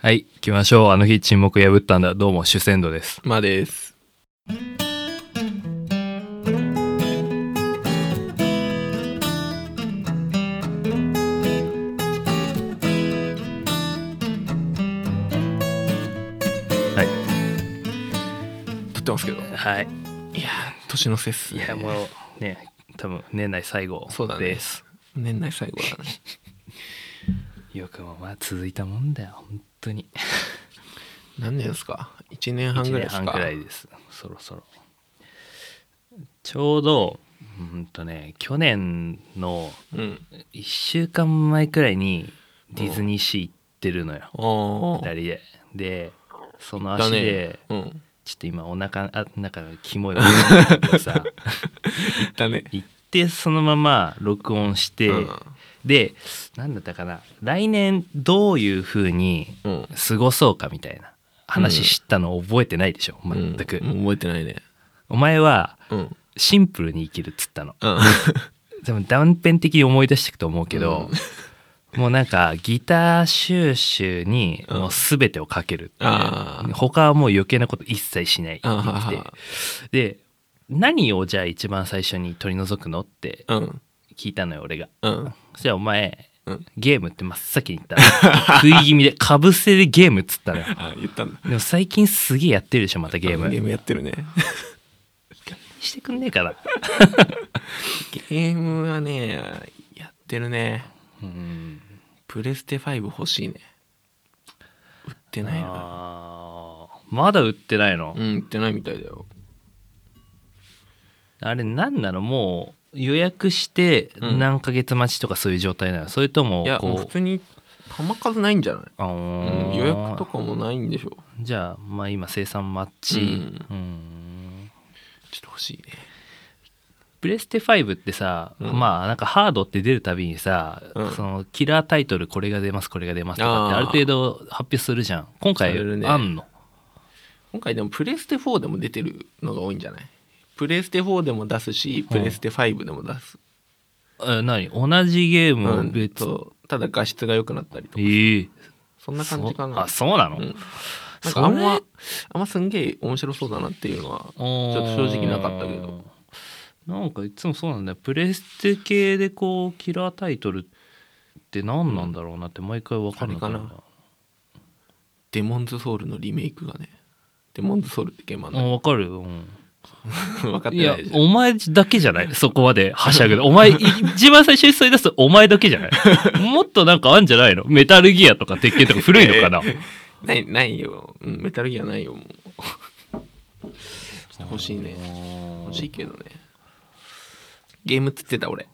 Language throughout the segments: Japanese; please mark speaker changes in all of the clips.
Speaker 1: はい、行きましょう。あの日沈黙破ったんだ。どうも、主戦度です。
Speaker 2: まあです。
Speaker 1: はい。
Speaker 2: 撮ってますけど。
Speaker 1: はい。
Speaker 2: いやー、年の瀬っす、
Speaker 1: いや、もう、ね、多分、年内最後
Speaker 2: そうだね
Speaker 1: です。
Speaker 2: 年内最後だね。
Speaker 1: よくもまあ、続いたもんだよ。本当に。
Speaker 2: 何年ですか ?1 年半ぐらいですか
Speaker 1: 1年半くらいです。そろそろ。ちょうど、うんとね、去年の
Speaker 2: うん。
Speaker 1: 1週間前くらいにディズニーシー行ってるのよ。
Speaker 2: あ
Speaker 1: 二人で。で、その
Speaker 2: あ。
Speaker 1: 足
Speaker 2: だ
Speaker 1: で、
Speaker 2: ね。うん。
Speaker 1: ちょっと今お腹あ中がキモいわけだけど さ
Speaker 2: だね。
Speaker 1: 行ってそのまま録音して、
Speaker 2: うん
Speaker 1: で何だったかな来年どういう風に
Speaker 2: うん。
Speaker 1: 過ごそうかみたいな話したの覚えてないでしょ全く、
Speaker 2: うん覚えてないね。
Speaker 1: お前は
Speaker 2: うん。
Speaker 1: シンプルに生きるっつったの
Speaker 2: うん。
Speaker 1: 多分断片的に思い出していくと思うけど、もうなんかギター収集にもう全てをかけるっていう、
Speaker 2: あー
Speaker 1: 他はもう余計なこと一切しないって言
Speaker 2: あーは
Speaker 1: っ
Speaker 2: は
Speaker 1: てで何をじゃあ一番最初に取り除くのって
Speaker 2: うん。
Speaker 1: 聞いたのよ俺が
Speaker 2: うん。
Speaker 1: そしたらお前
Speaker 2: うん。
Speaker 1: ゲームって真っ先に言った の食い気味でかぶせでゲームっつったのよ
Speaker 2: あ、言ったんだ。
Speaker 1: でも最近すげえやってるでしょまたゲーム
Speaker 2: ゲームやってるね。
Speaker 1: してくんねえかな
Speaker 2: ゲームはね、やってるね。
Speaker 1: うん
Speaker 2: プレステ5欲しいね。売ってないな。
Speaker 1: あーまだ売ってないの、
Speaker 2: うん、売ってないみたいだよ。
Speaker 1: あれ何なのもう予約して
Speaker 2: うん
Speaker 1: 何ヶ月待ちとかそういう状態なのそれとも
Speaker 2: いや、もう普
Speaker 1: こう
Speaker 2: 通に弾数ないんじゃない、
Speaker 1: あ
Speaker 2: うん
Speaker 1: ー
Speaker 2: 予約とかもないんでしょ。
Speaker 1: じゃあまあ今生産待ち、う
Speaker 2: う
Speaker 1: んん
Speaker 2: ちょっと欲しいね。
Speaker 1: プレステ5ってさ、
Speaker 2: うん
Speaker 1: まあなんかハードって出るたびにさ、
Speaker 2: うん
Speaker 1: そのキラータイトルこれが出ますこれが出ますとかって
Speaker 2: あー
Speaker 1: ある程度発表するじゃん今回
Speaker 2: されるね
Speaker 1: あんの、
Speaker 2: 今回でもプレステ4でも出てるのが多いんじゃないプレステ4でも出すし、プレステ5でも出す。
Speaker 1: え何同じゲー
Speaker 2: う
Speaker 1: ムを
Speaker 2: ん、
Speaker 1: 別、
Speaker 2: そうただ画質が良くなったりとか
Speaker 1: え、ー
Speaker 2: そんな感じか
Speaker 1: そ
Speaker 2: な。
Speaker 1: あそうなの、
Speaker 2: うんなん
Speaker 1: そ
Speaker 2: か
Speaker 1: れ
Speaker 2: あんま、あんますんげえ面白そうだなっていうのは、ちょっと正直なかったけ
Speaker 1: う
Speaker 2: ど。
Speaker 1: んなんかいつもそうなんだよプレステ系でこうキラータイトルって何なんだろうなって毎回分かんなくなる
Speaker 2: あれかデモンズソウルのリメイクがね。デモンズソウルってゲームあん
Speaker 1: な
Speaker 2: の
Speaker 1: 分かるよ、うん、
Speaker 2: 分かって
Speaker 1: いや
Speaker 2: ないじゃん。
Speaker 1: お前だけじゃないそこまではしゃぐのお前い一番最初にそれ出すお前だけじ ゃないもっとなんかあんじゃないのメタルギアとか鉄拳とか古いの かな
Speaker 2: ない、ないよ。うん、メタルギアないよ、もう。ちょっと欲しいね。欲しいけどね。ゲームっつってた、俺。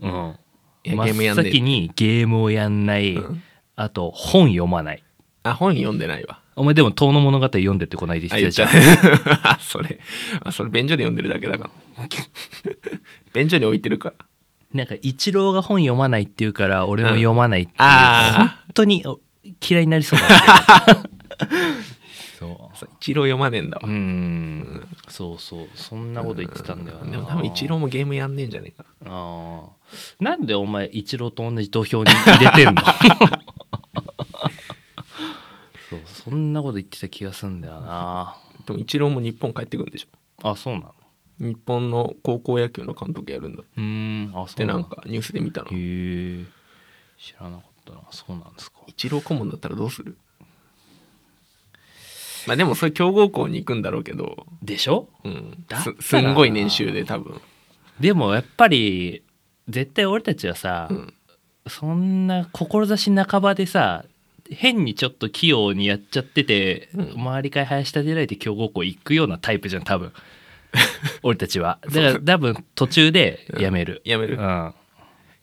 Speaker 1: うん
Speaker 2: いやゲーム
Speaker 1: 真
Speaker 2: や
Speaker 1: っ
Speaker 2: んねえ
Speaker 1: 先にゲームをやんない、
Speaker 2: うん
Speaker 1: あと本読まない
Speaker 2: あ、本読んでないわ。
Speaker 1: お前でも遠の物語読んでってこないで言って
Speaker 2: あ、言
Speaker 1: た
Speaker 2: っ
Speaker 1: じ
Speaker 2: ち
Speaker 1: ゃん
Speaker 2: ゃう。 あ、それ。あ、それ、便所で読んでるだけだから。便所に置いてるから。
Speaker 1: なんか一郎が本読まないって言うから俺も読まないっていう、
Speaker 2: うんあ
Speaker 1: 本当にお嫌いになりそうだ、 ね、そ
Speaker 2: そう一郎読まねえんだ
Speaker 1: う
Speaker 2: わ。
Speaker 1: んそうそうそんなこと言ってたんだよな
Speaker 2: でも多分一郎もゲームやんねえんじゃねえか
Speaker 1: あーなんでお前一郎と同じ土俵に入れ てんのそうそんなこと言ってた気がすんだよな
Speaker 2: でも一郎も日本帰ってくんでしょ
Speaker 1: あそうなの
Speaker 2: 日本の高校野球の監督やるんだっ
Speaker 1: うーんあそ
Speaker 2: て
Speaker 1: うな
Speaker 2: な
Speaker 1: の
Speaker 2: んかニュースで見たの
Speaker 1: へえ知らなかったなそうなんですか
Speaker 2: 一郎顧問だったらどうするまあでもそれ強豪校に行くんだろうけど、
Speaker 1: でしょ
Speaker 2: うん、
Speaker 1: だったら
Speaker 2: すすんごい年収で多分、
Speaker 1: でもやっぱり絶対俺たちはさ、
Speaker 2: うん、
Speaker 1: そんな志半ばでさ変にちょっと器用にやっちゃってて、
Speaker 2: うん
Speaker 1: 周りから林立てられて強豪校行くようなタイプじゃん 多分俺たちはだから多分途中で辞める、
Speaker 2: やめ
Speaker 1: う
Speaker 2: る、
Speaker 1: ん、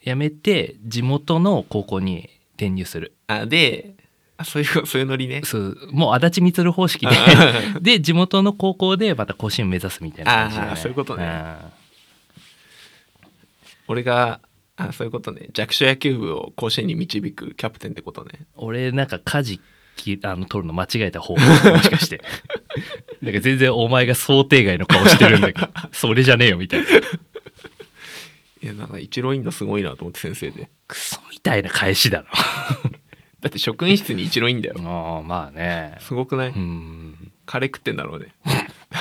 Speaker 1: 辞めて地元の高校に転入する
Speaker 2: あであそういう そういうノリね
Speaker 1: そうもう足立満方式で で地元の高校でまた甲子園目指すみたいな感じだね
Speaker 2: あーそういうことね
Speaker 1: ん
Speaker 2: 俺があそういうことね弱小野球部を甲子園に導くキャプテンってことね
Speaker 1: 俺なんか舵きあの取るの間違えた方もしかして なんか全然お前が想定外の顔してるんだけどそれじゃねえよみたいない
Speaker 2: やなんか一郎インドすごいなと思って先生で
Speaker 1: クソみたいな返しだろ
Speaker 2: だって職員室に一郎いんだよ。
Speaker 1: ああ、まあね。、
Speaker 2: すごくないう
Speaker 1: ん。
Speaker 2: カレー食ってんだろうね。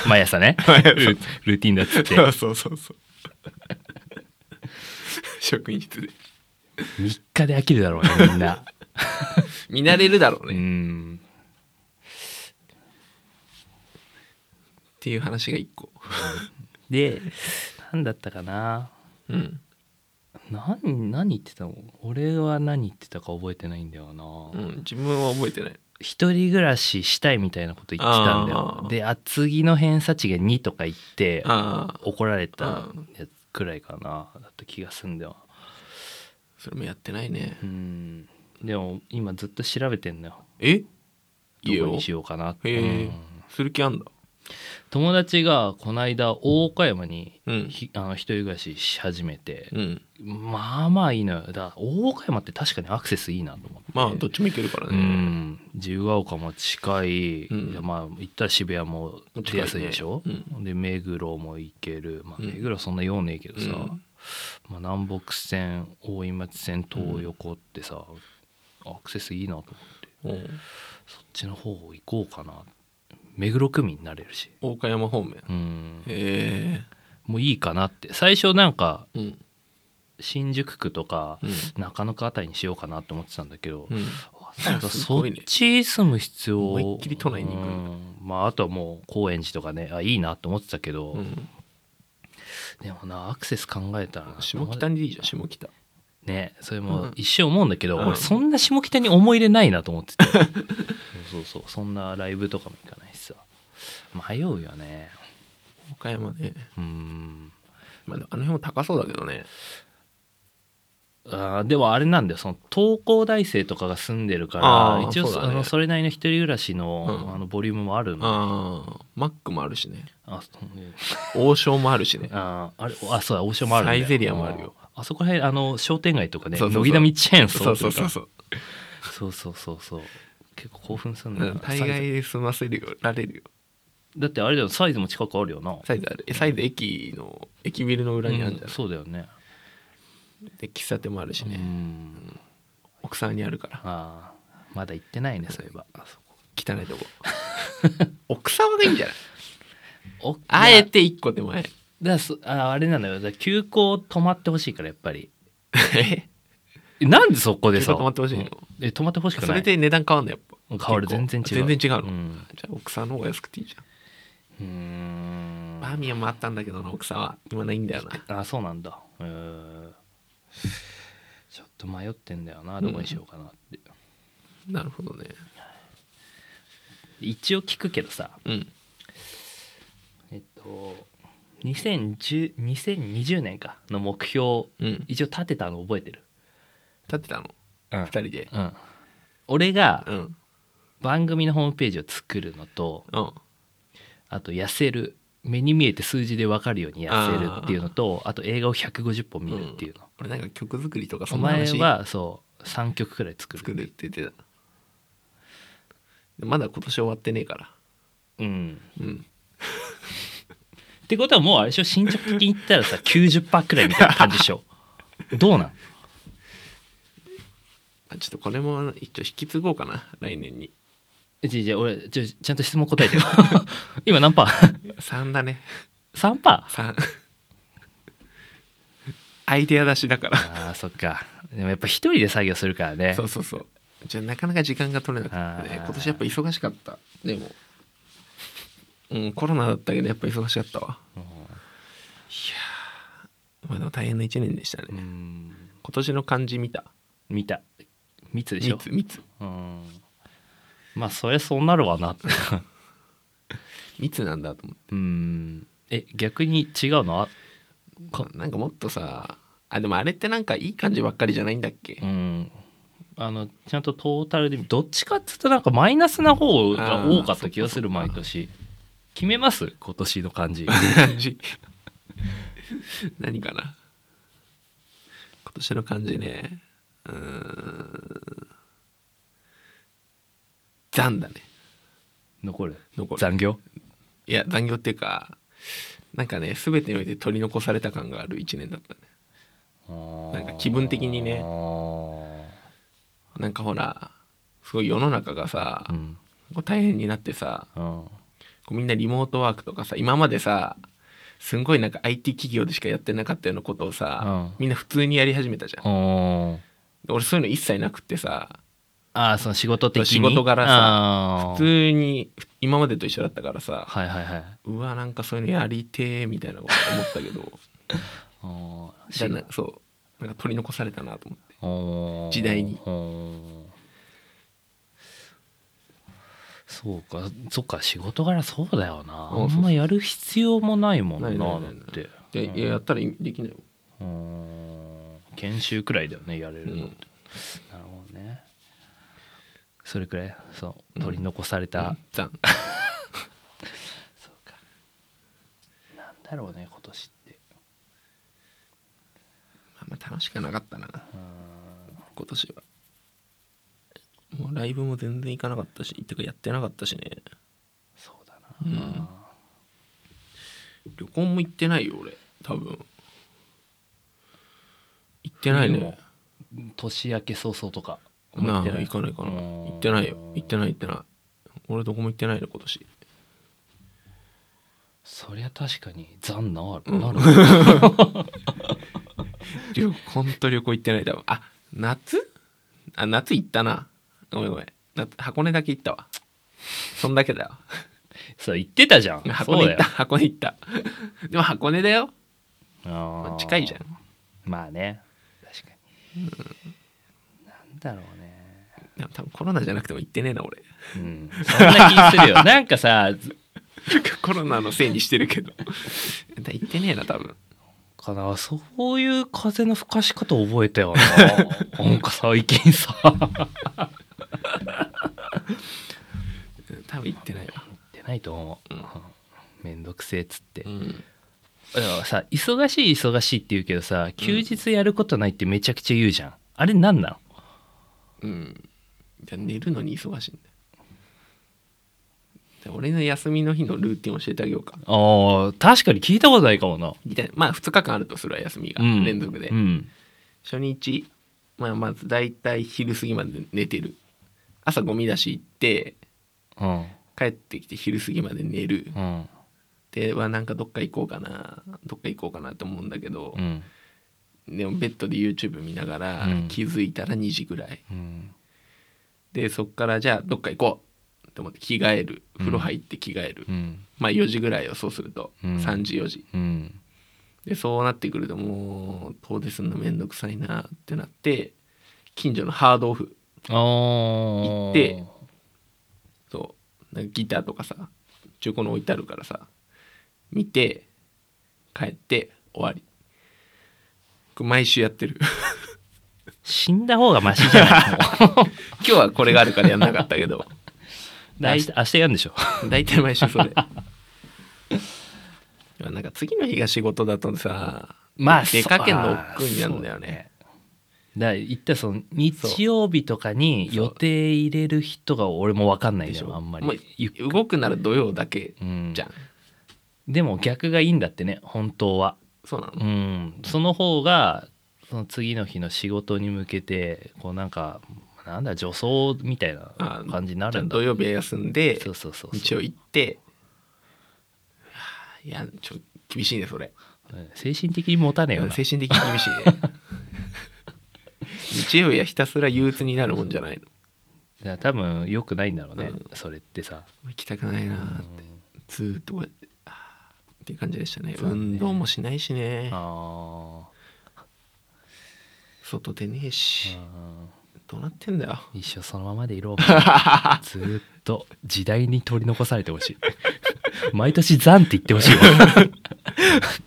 Speaker 1: 毎朝ね。
Speaker 2: 毎朝
Speaker 1: ルルーティンだっつって。
Speaker 2: そうそうそうそう。 職員室で。
Speaker 1: 3日で飽きるだろうね、みんな。
Speaker 2: 見慣れるだろ う
Speaker 1: う
Speaker 2: ね。っ
Speaker 1: ん。
Speaker 2: ていう話が一個。
Speaker 1: で、何だったかな。
Speaker 2: うん。
Speaker 1: 何、何言ってたの俺は何言ってたか覚えてないんだよな。
Speaker 2: うん、自分は覚えてない。
Speaker 1: 一人暮らししたいみたいなこと言ってたんだよ
Speaker 2: あ。ー
Speaker 1: で、厚木の偏差値が2とか言って、
Speaker 2: ああ、
Speaker 1: 怒られた
Speaker 2: あ
Speaker 1: やつくらいかな、だった気がすんだよ。
Speaker 2: それもやってないね
Speaker 1: う。ん。でも、今ずっと調べてんのよ。
Speaker 2: え
Speaker 1: ど
Speaker 2: いい
Speaker 1: こ
Speaker 2: よ
Speaker 1: に。しようかなって。
Speaker 2: へ
Speaker 1: う
Speaker 2: え
Speaker 1: ん、
Speaker 2: する気あんだ。
Speaker 1: 友達がこの間大岡山に
Speaker 2: うん。
Speaker 1: ひあの一人暮らしし始めて、
Speaker 2: うん。
Speaker 1: まあまあいいのよだから大岡山って確かにアクセスいいなと思って
Speaker 2: まあ、どっちもいけるから
Speaker 1: う
Speaker 2: ね。
Speaker 1: ん自由が丘も近い、
Speaker 2: うん
Speaker 1: いやまあ行ったら渋谷も出やすいでしょ、
Speaker 2: 近いね
Speaker 1: で目黒も行ける、まあ、
Speaker 2: うん
Speaker 1: 目黒そんな用ねえけどさ、
Speaker 2: うん
Speaker 1: まあ、南北線大井町線東横ってさ、アクセスいいなと思って
Speaker 2: うん。
Speaker 1: そっちの方行こうかな目黒区民になれるし
Speaker 2: 大岡山方面。
Speaker 1: うん
Speaker 2: へ
Speaker 1: もういいかなって最初なんか
Speaker 2: え。うん。
Speaker 1: 新宿区とか
Speaker 2: うん。
Speaker 1: 中野区あたりにしようかなって思ってたんだけど、
Speaker 2: うん。
Speaker 1: わざわざ
Speaker 2: す
Speaker 1: そ
Speaker 2: ご
Speaker 1: っ
Speaker 2: いね
Speaker 1: ち住む必要
Speaker 2: 思いっきり都内に行く
Speaker 1: うんまああとはもう高円寺とかねあいいなと思ってたけど、
Speaker 2: うん
Speaker 1: でもなアクセス考えたらな
Speaker 2: 下北にいいじゃん、下北。
Speaker 1: ねそれ
Speaker 2: う
Speaker 1: も
Speaker 2: ん
Speaker 1: 一瞬思うんだけど、
Speaker 2: うん
Speaker 1: 俺そんな下北に思い入れないなと思 っててそうそうそうそんなライブとかも行かないしさ迷うよね
Speaker 2: 岡山ね。
Speaker 1: うん
Speaker 2: まあ、あの辺も高そうだけどね。
Speaker 1: あーでもあれなんだよその東工大生とかが住んでるか
Speaker 2: あ
Speaker 1: ら
Speaker 2: ー
Speaker 1: 一応
Speaker 2: そう
Speaker 1: そ,、
Speaker 2: だね
Speaker 1: のそれなりの一人暮らしの,、
Speaker 2: うん
Speaker 1: あのボリュームもあるの
Speaker 2: ああ、マックもあるしね。
Speaker 1: あそうね
Speaker 2: 王将もあるしね。
Speaker 1: あーあれあそうだ王将もあるんだよ
Speaker 2: サイゼリアもあるよ
Speaker 1: あーあそこら辺あの商店街とかね
Speaker 2: そうそうそう
Speaker 1: 軒並みチェーン
Speaker 2: そうそ
Speaker 1: と
Speaker 2: うそ
Speaker 1: か
Speaker 2: うそう。
Speaker 1: そうそうそうそう結構興奮するんだ
Speaker 2: う
Speaker 1: よ
Speaker 2: ん
Speaker 1: な
Speaker 2: 大
Speaker 1: サイズ
Speaker 2: 概で済ませるよられるよ。
Speaker 1: だってあれだよサイズも近くあるよな
Speaker 2: サイズある。えサイズ駅の、駅ビルの裏にあるじゃ
Speaker 1: うんん。そうだよね
Speaker 2: で、喫茶店もあるし
Speaker 1: う
Speaker 2: ね。
Speaker 1: ん
Speaker 2: 奥さんにあるから。
Speaker 1: あーまだ行ってないねそういえばあそこ
Speaker 2: 汚いとこ。奥様がいいんじゃない
Speaker 1: お
Speaker 2: あえて一個手前。
Speaker 1: だからそああれなのよだから休校止まってほしいからやっぱり
Speaker 2: え
Speaker 1: えなんでそこでさ
Speaker 2: 休校止まってほしいの
Speaker 1: え止まってほしくない
Speaker 2: それで値段変わんのやっぱ。
Speaker 1: 変わる全然違う
Speaker 2: 全然違うの。
Speaker 1: うん
Speaker 2: じゃあ奥さんの方が安くていいじゃん。
Speaker 1: うーん
Speaker 2: バーミヤンもあったんだけどな、奥さんは。今ないんだよな。
Speaker 1: あそうなんだうーんちょっと迷ってんだよなどこにしようかなって、
Speaker 2: なるほどね。
Speaker 1: 一応聞くけどさ
Speaker 2: うん。
Speaker 1: えっと2010 2020年かの目標
Speaker 2: うん。
Speaker 1: 一応立てたの覚えてる
Speaker 2: 立ってたの
Speaker 1: うん、
Speaker 2: 二人で。
Speaker 1: 俺が
Speaker 2: うん。
Speaker 1: 番組のホームページを作るのと
Speaker 2: うん。
Speaker 1: あと痩せる目に見えて数字で分かるように痩せるっていうのとあと映画を150本見るっていうの、
Speaker 2: 俺なんか曲作りとかそ
Speaker 1: お
Speaker 2: んな
Speaker 1: 前
Speaker 2: 話
Speaker 1: はそう3曲くらい作る
Speaker 2: 作るって言ってた。まだ今年終わってねえから。
Speaker 1: うん
Speaker 2: うん。
Speaker 1: ってことはもうあれでしょ進捗的に言ったらさ 90%くらいみたいな感じでしょ どうなん
Speaker 2: あちょっとこれも一応引き継ごうかな、来年に。
Speaker 1: えじゃあじゃあ俺ちょちゃんと質問答えてよ 今何パー
Speaker 2: 3だね。
Speaker 1: 3パー
Speaker 2: 3。アイデア出しだから。
Speaker 1: あーそっかでもやっぱ一人で作業するからね
Speaker 2: そうそうそう。じゃあなかなか時間が取れなかった
Speaker 1: あ
Speaker 2: ね
Speaker 1: ー。
Speaker 2: 今年やっぱ忙しかった。でも。うん、コロナだったけどやっぱ忙しかったわ。いやーまあでも大変な1年でしたね。
Speaker 1: う
Speaker 2: 今
Speaker 1: ん
Speaker 2: 年の漢字見た。
Speaker 1: 見た密でし
Speaker 2: 3
Speaker 1: ょ
Speaker 2: つ、3つ。
Speaker 1: うんまあそりゃそうなるわな って
Speaker 2: 3つなんだと思って。
Speaker 1: うんえ逆に違うのあか
Speaker 2: なんかもっとさ、あ、でもあれってなんかいい漢字ばっかりじゃないんだっけ
Speaker 1: うんあのちゃんとトータルでどっちかっつうとなんかマイナスな方が多かった気がする
Speaker 2: あーそっ
Speaker 1: 毎
Speaker 2: か
Speaker 1: 年決めます今年の感じ
Speaker 2: 漢字何かな今年の漢字ねうーん残だね
Speaker 1: 残る
Speaker 2: 残る
Speaker 1: 残業
Speaker 2: いや残業っていうかなんかね全てにおいて取り残された感がある1年だったねなんか気分的にね
Speaker 1: あー
Speaker 2: なんかほらすごい世の中がさ、
Speaker 1: うん。
Speaker 2: こう大変になってさ
Speaker 1: あ
Speaker 2: こうみんなリモートワークとかさ今までさすんごいなんか IT 企業でしかやってなかったようなことをさ、
Speaker 1: うん
Speaker 2: みんな普通にやり始めたじゃん
Speaker 1: あ。おー
Speaker 2: 俺そういうの一切なくってさ
Speaker 1: ああ、その仕事的に。
Speaker 2: 仕事柄さ
Speaker 1: さ
Speaker 2: 普通に今までと一緒だったからさ
Speaker 1: はいはいはい。
Speaker 2: うわなんかそういうのやりてーみたいなこと思った けど
Speaker 1: あー
Speaker 2: じゃあなそうなんか取り残されたなと思って
Speaker 1: おー
Speaker 2: 時代に
Speaker 1: おーそうかそっか仕事柄そうだよな
Speaker 2: うん
Speaker 1: あんまやる必要もないもんな
Speaker 2: ないないない
Speaker 1: だ
Speaker 2: な
Speaker 1: っ
Speaker 2: い
Speaker 1: て
Speaker 2: でいややったらできないよ
Speaker 1: うん研修くらいだよねやれるのって、なるほどねそれくらいそう取り残された、そ
Speaker 2: 残
Speaker 1: うかなんだろうね今年って
Speaker 2: あんま楽しくなかった
Speaker 1: う
Speaker 2: な
Speaker 1: ん
Speaker 2: 今年はもうライブも全然行かなかったしてかやってなかったしね
Speaker 1: そうだな、
Speaker 2: うん旅行も行ってないよ俺多分行ってない
Speaker 1: でも
Speaker 2: ね
Speaker 1: 年明け早々とか
Speaker 2: なあ行かないかな
Speaker 1: うん
Speaker 2: 行ってないよ行ってない行ってない俺どこも行ってないの今年
Speaker 1: そりゃ確かに残なる
Speaker 2: うん
Speaker 1: なる
Speaker 2: 旅本当旅行行ってない多分あ夏あ夏行ったなごめんごめん夏箱根だけ行ったわそんだけだわ
Speaker 1: そう言ってたじゃん
Speaker 2: 箱
Speaker 1: そ
Speaker 2: 根
Speaker 1: う
Speaker 2: 行
Speaker 1: だよ
Speaker 2: った箱根行ったでも箱根だよ
Speaker 1: あー
Speaker 2: 近いじゃん
Speaker 1: まあね確かになんだろうね
Speaker 2: でも多分コロナじゃなくても行ってねえな俺
Speaker 1: うんそんな気するよなんかさ
Speaker 2: コロナのせいにしてるけど だ行ってねえな多分
Speaker 1: かなそういう風の吹かし方覚えたよな なんか最近さ言っ
Speaker 2: 多分行ってないわ
Speaker 1: てないと思う、
Speaker 2: うん
Speaker 1: めんどくせえっつって、
Speaker 2: うん
Speaker 1: だからさ忙しい忙しいって言うけどさ休日やることないってめちゃくちゃ言うじゃん、あれなんなの
Speaker 2: うんじゃあ寝るのに忙しいんだよじゃあ俺の休みの日のルーティン教えてあげようか
Speaker 1: ああ確かに聞いたことないかもな、
Speaker 2: みたいなまあ2日間あるとするわ休みが
Speaker 1: うん
Speaker 2: 連続で、
Speaker 1: うん
Speaker 2: 初日、まあ、まず大体昼過ぎまで寝てる朝ゴミ出し行って
Speaker 1: うん
Speaker 2: 帰ってきて昼過ぎまで寝る
Speaker 1: うん
Speaker 2: ではなんかどっか行こうかなどっか行こうかなと思うんだけど
Speaker 1: う、ん
Speaker 2: でもベッドで YouTube 見ながら
Speaker 1: うん
Speaker 2: 気づいたら2時ぐらい
Speaker 1: うん
Speaker 2: でそっからじゃあどっか行こうと思って着替える風呂入って着替える、
Speaker 1: うん
Speaker 2: まあ4時ぐらいをそうすると、
Speaker 1: うん
Speaker 2: 3時4時
Speaker 1: うん
Speaker 2: でそうなってくるともう遠出するのめんどくさいなってなって近所のハードオフ
Speaker 1: ああ行
Speaker 2: ってそうなんかギターとかさ中古の置いてあるからさ見て帰って終わりこれ毎週やってる
Speaker 1: 死んだ方がマシじゃないも
Speaker 2: 今日はこれがあるからやんなかったけど
Speaker 1: う 明日明日やんでしょ
Speaker 2: 大体毎週それでもなんか次の日が仕事だとさ出かけるの億劫になるんだよね
Speaker 1: だから言ったらその日曜日とかに予定入れる人が俺も分かんないんだよあんま
Speaker 2: も
Speaker 1: りゆっ
Speaker 2: う動くなら土曜だけ
Speaker 1: うん
Speaker 2: じゃん、
Speaker 1: でも逆がいいんだってね本当は
Speaker 2: そうなの
Speaker 1: うんその方がその次の日の仕事に向けてこうなんかなんだ助走みたいな
Speaker 2: あ
Speaker 1: 感じにな
Speaker 2: じゃ
Speaker 1: る
Speaker 2: あ
Speaker 1: んだ
Speaker 2: 土曜日は休んで
Speaker 1: そうそうそう
Speaker 2: 日
Speaker 1: そう
Speaker 2: 曜行っていやちょ厳しいねそれ
Speaker 1: うん精神的に持たねえよな
Speaker 2: 精神的に厳しい ね日曜日はひたすら憂鬱になるもんじゃないの
Speaker 1: だから多分良くないんだろうね、
Speaker 2: うん
Speaker 1: それってさ、
Speaker 2: 行きたくないなーって
Speaker 1: うん
Speaker 2: ずーっとこうやってあーっていう感じでしたね
Speaker 1: そうね
Speaker 2: 運動もしないしね
Speaker 1: あ
Speaker 2: 外出ねえ
Speaker 1: ー
Speaker 2: し
Speaker 1: うん
Speaker 2: どうなってんだよ
Speaker 1: 一生そのままでいろお 前ずーっと時代に取り残されてほしい 毎年「残」って言ってほしいわ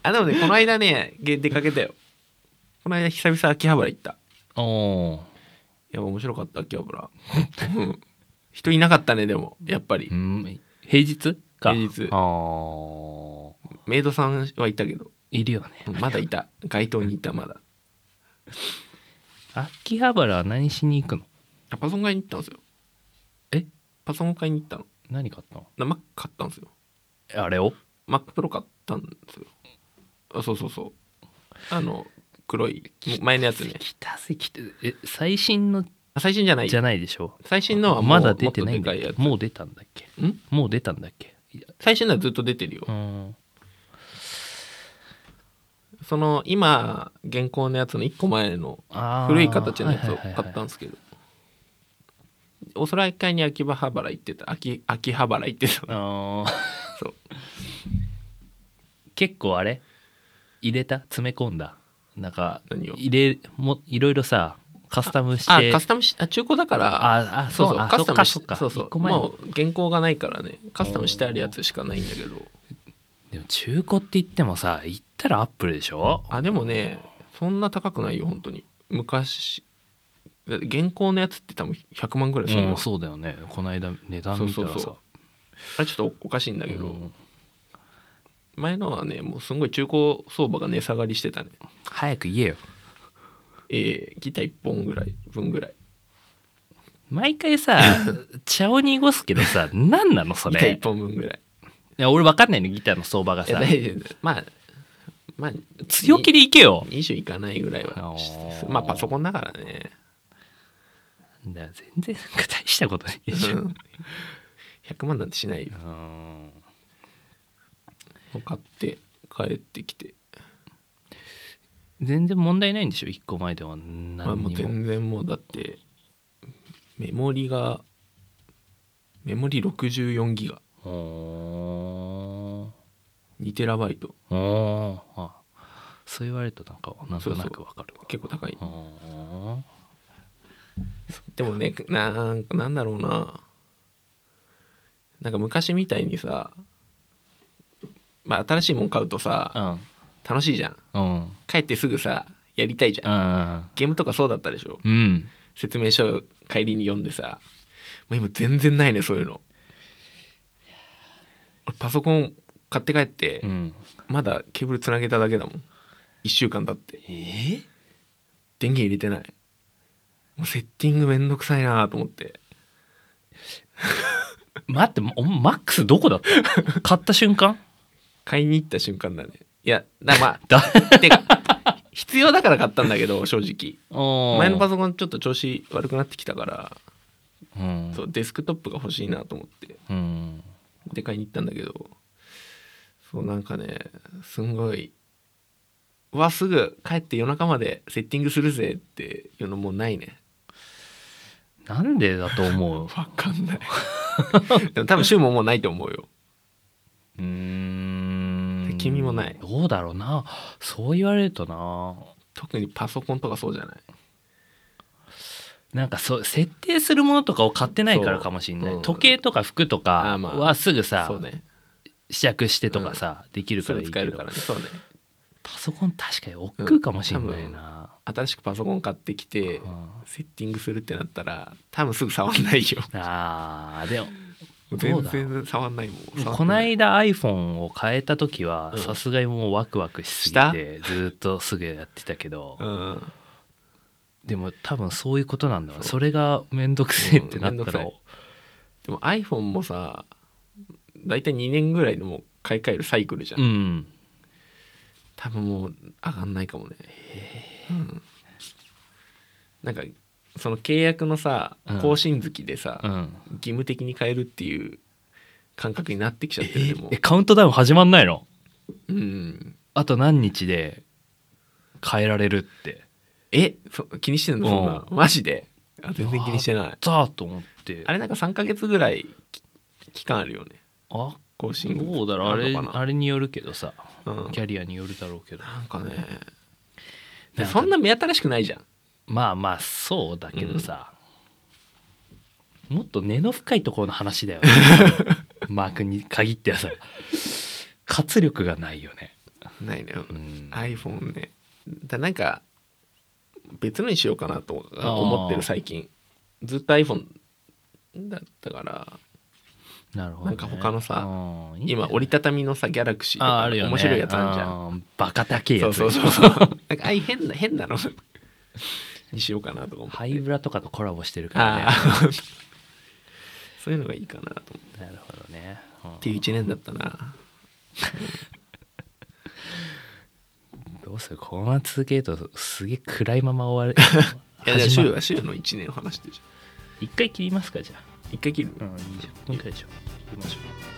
Speaker 2: あでもねこの間ねげ出かけたよこの間久々秋葉原行ったい
Speaker 1: おー
Speaker 2: や面白かった秋葉原 うん人いなかったねでもやっぱり
Speaker 1: うん平日か
Speaker 2: 平日
Speaker 1: あー
Speaker 2: メイドさんはいたけど
Speaker 1: いるよね
Speaker 2: うんまだいた街頭にいたまだ
Speaker 1: 秋葉原は何しに行くの
Speaker 2: あパソコン買いに行ったんですよ
Speaker 1: え
Speaker 2: パソコン買いに行ったの
Speaker 1: 何買ったの
Speaker 2: な Mac 買ったんですよ
Speaker 1: あれを
Speaker 2: MacPro 買ったんですよあそうそうそうあの黒い前のやつね
Speaker 1: きたぜきたえ最新の
Speaker 2: あ最新じゃない
Speaker 1: じゃないでしょ
Speaker 2: 最
Speaker 1: う
Speaker 2: 新のはもう
Speaker 1: まだ出てないんだっ
Speaker 2: もっ
Speaker 1: け
Speaker 2: とでかい
Speaker 1: もう出たんだっけ
Speaker 2: やつん
Speaker 1: もう出たんだっけいや
Speaker 2: 最新のはずっと出てるよ、
Speaker 1: うん
Speaker 2: その今現行のやつの1個前の
Speaker 1: あー
Speaker 2: 古い形のやつ
Speaker 1: はいは
Speaker 2: を
Speaker 1: い
Speaker 2: 買
Speaker 1: はい
Speaker 2: ったんですけど、おそらく一回に秋葉原行ってた秋秋葉原行って た
Speaker 1: あー
Speaker 2: そう
Speaker 1: 結構あれ入れた詰め込んだなんか
Speaker 2: 何を
Speaker 1: 入れもいろいろさカスタムして
Speaker 2: あカスタムしあ中古だから
Speaker 1: ああそう
Speaker 2: そ
Speaker 1: う
Speaker 2: そう
Speaker 1: あ
Speaker 2: カスタムし
Speaker 1: そっか
Speaker 2: そ
Speaker 1: そうう
Speaker 2: そ
Speaker 1: そうう
Speaker 2: もう原稿がないからねカスタムしてあるやつしかないんだけど
Speaker 1: でも中古って言ってもさ行ったらアップルでしょ
Speaker 2: あでもねそんな高くないよ本当に昔だって原稿のやつって多分100万ぐらいする
Speaker 1: う
Speaker 2: の
Speaker 1: んそうだよねこの間値段見たら
Speaker 2: そうそう
Speaker 1: さ
Speaker 2: そあれちょっとおおかしいんだけど、
Speaker 1: うん
Speaker 2: 前のはねもうすんごい中古相場が値下がりしてたね
Speaker 1: 早く言えよ
Speaker 2: えーギター1本ぐらい分ぐらい
Speaker 1: 毎回 さ茶を濁すけどさ何なのそ
Speaker 2: ギター
Speaker 1: れ
Speaker 2: 1本分ぐらい
Speaker 1: いや俺分かんないのギターの相場が
Speaker 2: いや
Speaker 1: さ
Speaker 2: 大丈夫まあまあ
Speaker 1: 強気でいけよ
Speaker 2: 20いかないぐらいは
Speaker 1: あー
Speaker 2: まあパソコンだからね
Speaker 1: だから全然なんか大したことないでしょ
Speaker 2: うん100万なんてしないよ
Speaker 1: うん
Speaker 2: 買って帰ってきて、
Speaker 1: 全然問題ないんでしょ一個前では何に
Speaker 2: まあ、も
Speaker 1: も
Speaker 2: う全然もうだってメモリがメモリ64ギガ
Speaker 1: お
Speaker 2: 2テラバイト
Speaker 1: ーおーあそう言われるとなんかなんとなくわかるわ
Speaker 2: 結構高い
Speaker 1: お
Speaker 2: でもねなんかなんだろうななんか昔みたいにさまあ新しいもん買うとさ
Speaker 1: ー
Speaker 2: 楽しいじゃん
Speaker 1: うんうん
Speaker 2: 帰ってすぐさやりたいじゃん
Speaker 1: うん
Speaker 2: ゲームとかそうだったでしょ
Speaker 1: うん
Speaker 2: 説明書帰りに読んでさもう今全然ないねそういうの俺パソコン買って帰って、
Speaker 1: うん
Speaker 2: まだケーブルつなげただけだもん1週間経って
Speaker 1: えー
Speaker 2: 電源入れてないもうセッティングめんどくさいなと思って
Speaker 1: 待っておマックスどこだった買った瞬間
Speaker 2: 買いに行った瞬間だねいやだま
Speaker 1: だ
Speaker 2: あてか必要だから買ったんだけど正直前
Speaker 1: 前
Speaker 2: のパソコンちょっと調子悪くなってきたから、
Speaker 1: うん
Speaker 2: そうデスクトップが欲しいなと思って
Speaker 1: うん
Speaker 2: で買いに行ったんだけどそうなんかねすんごいうわすぐ帰って夜中までセッティングするぜっていうのもうないね
Speaker 1: なんでだと 思う
Speaker 2: わかんないでも多分週ももうないと思うよ
Speaker 1: うーん
Speaker 2: 君もない
Speaker 1: どうだろうなそう言われるとな
Speaker 2: 特にパソコンとかそうじゃない
Speaker 1: なんかそう設定するものとかを買ってないからかもしれない、
Speaker 2: そううん
Speaker 1: 時計とか服と
Speaker 2: あ
Speaker 1: か
Speaker 2: ーまあ
Speaker 1: はすぐさ、
Speaker 2: そうね
Speaker 1: 試着してとかさ、できる
Speaker 2: す
Speaker 1: から
Speaker 2: ぐ
Speaker 1: いい
Speaker 2: 使
Speaker 1: け
Speaker 2: える
Speaker 1: ど
Speaker 2: からねそうね
Speaker 1: パソコン確かに億劫かもしれないな、
Speaker 2: 新しくパソコン買ってきて
Speaker 1: うん
Speaker 2: セッティングするってなったら多分すぐ触んないよ
Speaker 1: あーでもど
Speaker 2: 全
Speaker 1: うだ
Speaker 2: 然触んないもん触って
Speaker 1: この間 iPhone を変えた時は
Speaker 2: うん
Speaker 1: さすがにもうワクワクしすぎてずーっとすぐやってたけど、
Speaker 2: うん
Speaker 1: でも多分そういうことなんだわ
Speaker 2: そう
Speaker 1: それが面倒くせえってな
Speaker 2: うん
Speaker 1: っ
Speaker 2: 面
Speaker 1: た
Speaker 2: 倒く
Speaker 1: ら、
Speaker 2: さいでも iPhone もさ大体2年ぐらいでもう買い替えるサイクルじゃん、
Speaker 1: うん、
Speaker 2: 多分もう上がんないかもね、うんなんかその契約のさ
Speaker 1: うん
Speaker 2: 更新月でさ、
Speaker 1: うん、
Speaker 2: 義務的に変えるっていう感覚になってきちゃってるでも
Speaker 1: えカウントダウン始まんないの
Speaker 2: うん
Speaker 1: あと何日で変えられるって
Speaker 2: えそ気にしてんのそんなマジであ全然気にしてない
Speaker 1: だと思って
Speaker 2: あれなんか3ヶ月ぐらいき期間あるよね
Speaker 1: あ
Speaker 2: 更新
Speaker 1: どうだろうあれ
Speaker 2: なのか
Speaker 1: あれによるけどさ
Speaker 2: なうん
Speaker 1: キャリアによるだろうけど
Speaker 2: なんかね
Speaker 1: なんか
Speaker 2: そんな目新しくないじゃん
Speaker 1: まあまあそうだけどさ、もっと根の深いところの話だよ、 ね、マークに限ってはさ活力がないよね、
Speaker 2: ないね、
Speaker 1: うん、
Speaker 2: iPhone ねだなんか別のにしようかなと思ってる最近ずっと iPhone だったから
Speaker 1: なるほど、
Speaker 2: なんか他のさ
Speaker 1: うんいいんじゃな
Speaker 2: 今
Speaker 1: い
Speaker 2: 折りたたみのさギャラクシーと
Speaker 1: あーあ
Speaker 2: か
Speaker 1: るよ、ね、
Speaker 2: 面白いやつあるじゃん
Speaker 1: んバカ高え
Speaker 2: そ
Speaker 1: や
Speaker 2: う
Speaker 1: つ
Speaker 2: そうそうそうなんかああいう変な変なのにしようかなとか思って
Speaker 1: ハイブラとかとコラボしてるからね
Speaker 2: ああそういうのがいいかなと思って
Speaker 1: なるほどね、うん
Speaker 2: っていう1年だったな
Speaker 1: どうするこのまま続けるとすげえ暗いまま終わる
Speaker 2: いやじゃ
Speaker 1: 始
Speaker 2: あ
Speaker 1: ま
Speaker 2: 週
Speaker 1: る
Speaker 2: は週の1年の話でしょ
Speaker 1: 一回切りますかじゃあ
Speaker 2: 一回切る
Speaker 1: うん20分くらいでしょ切りましょう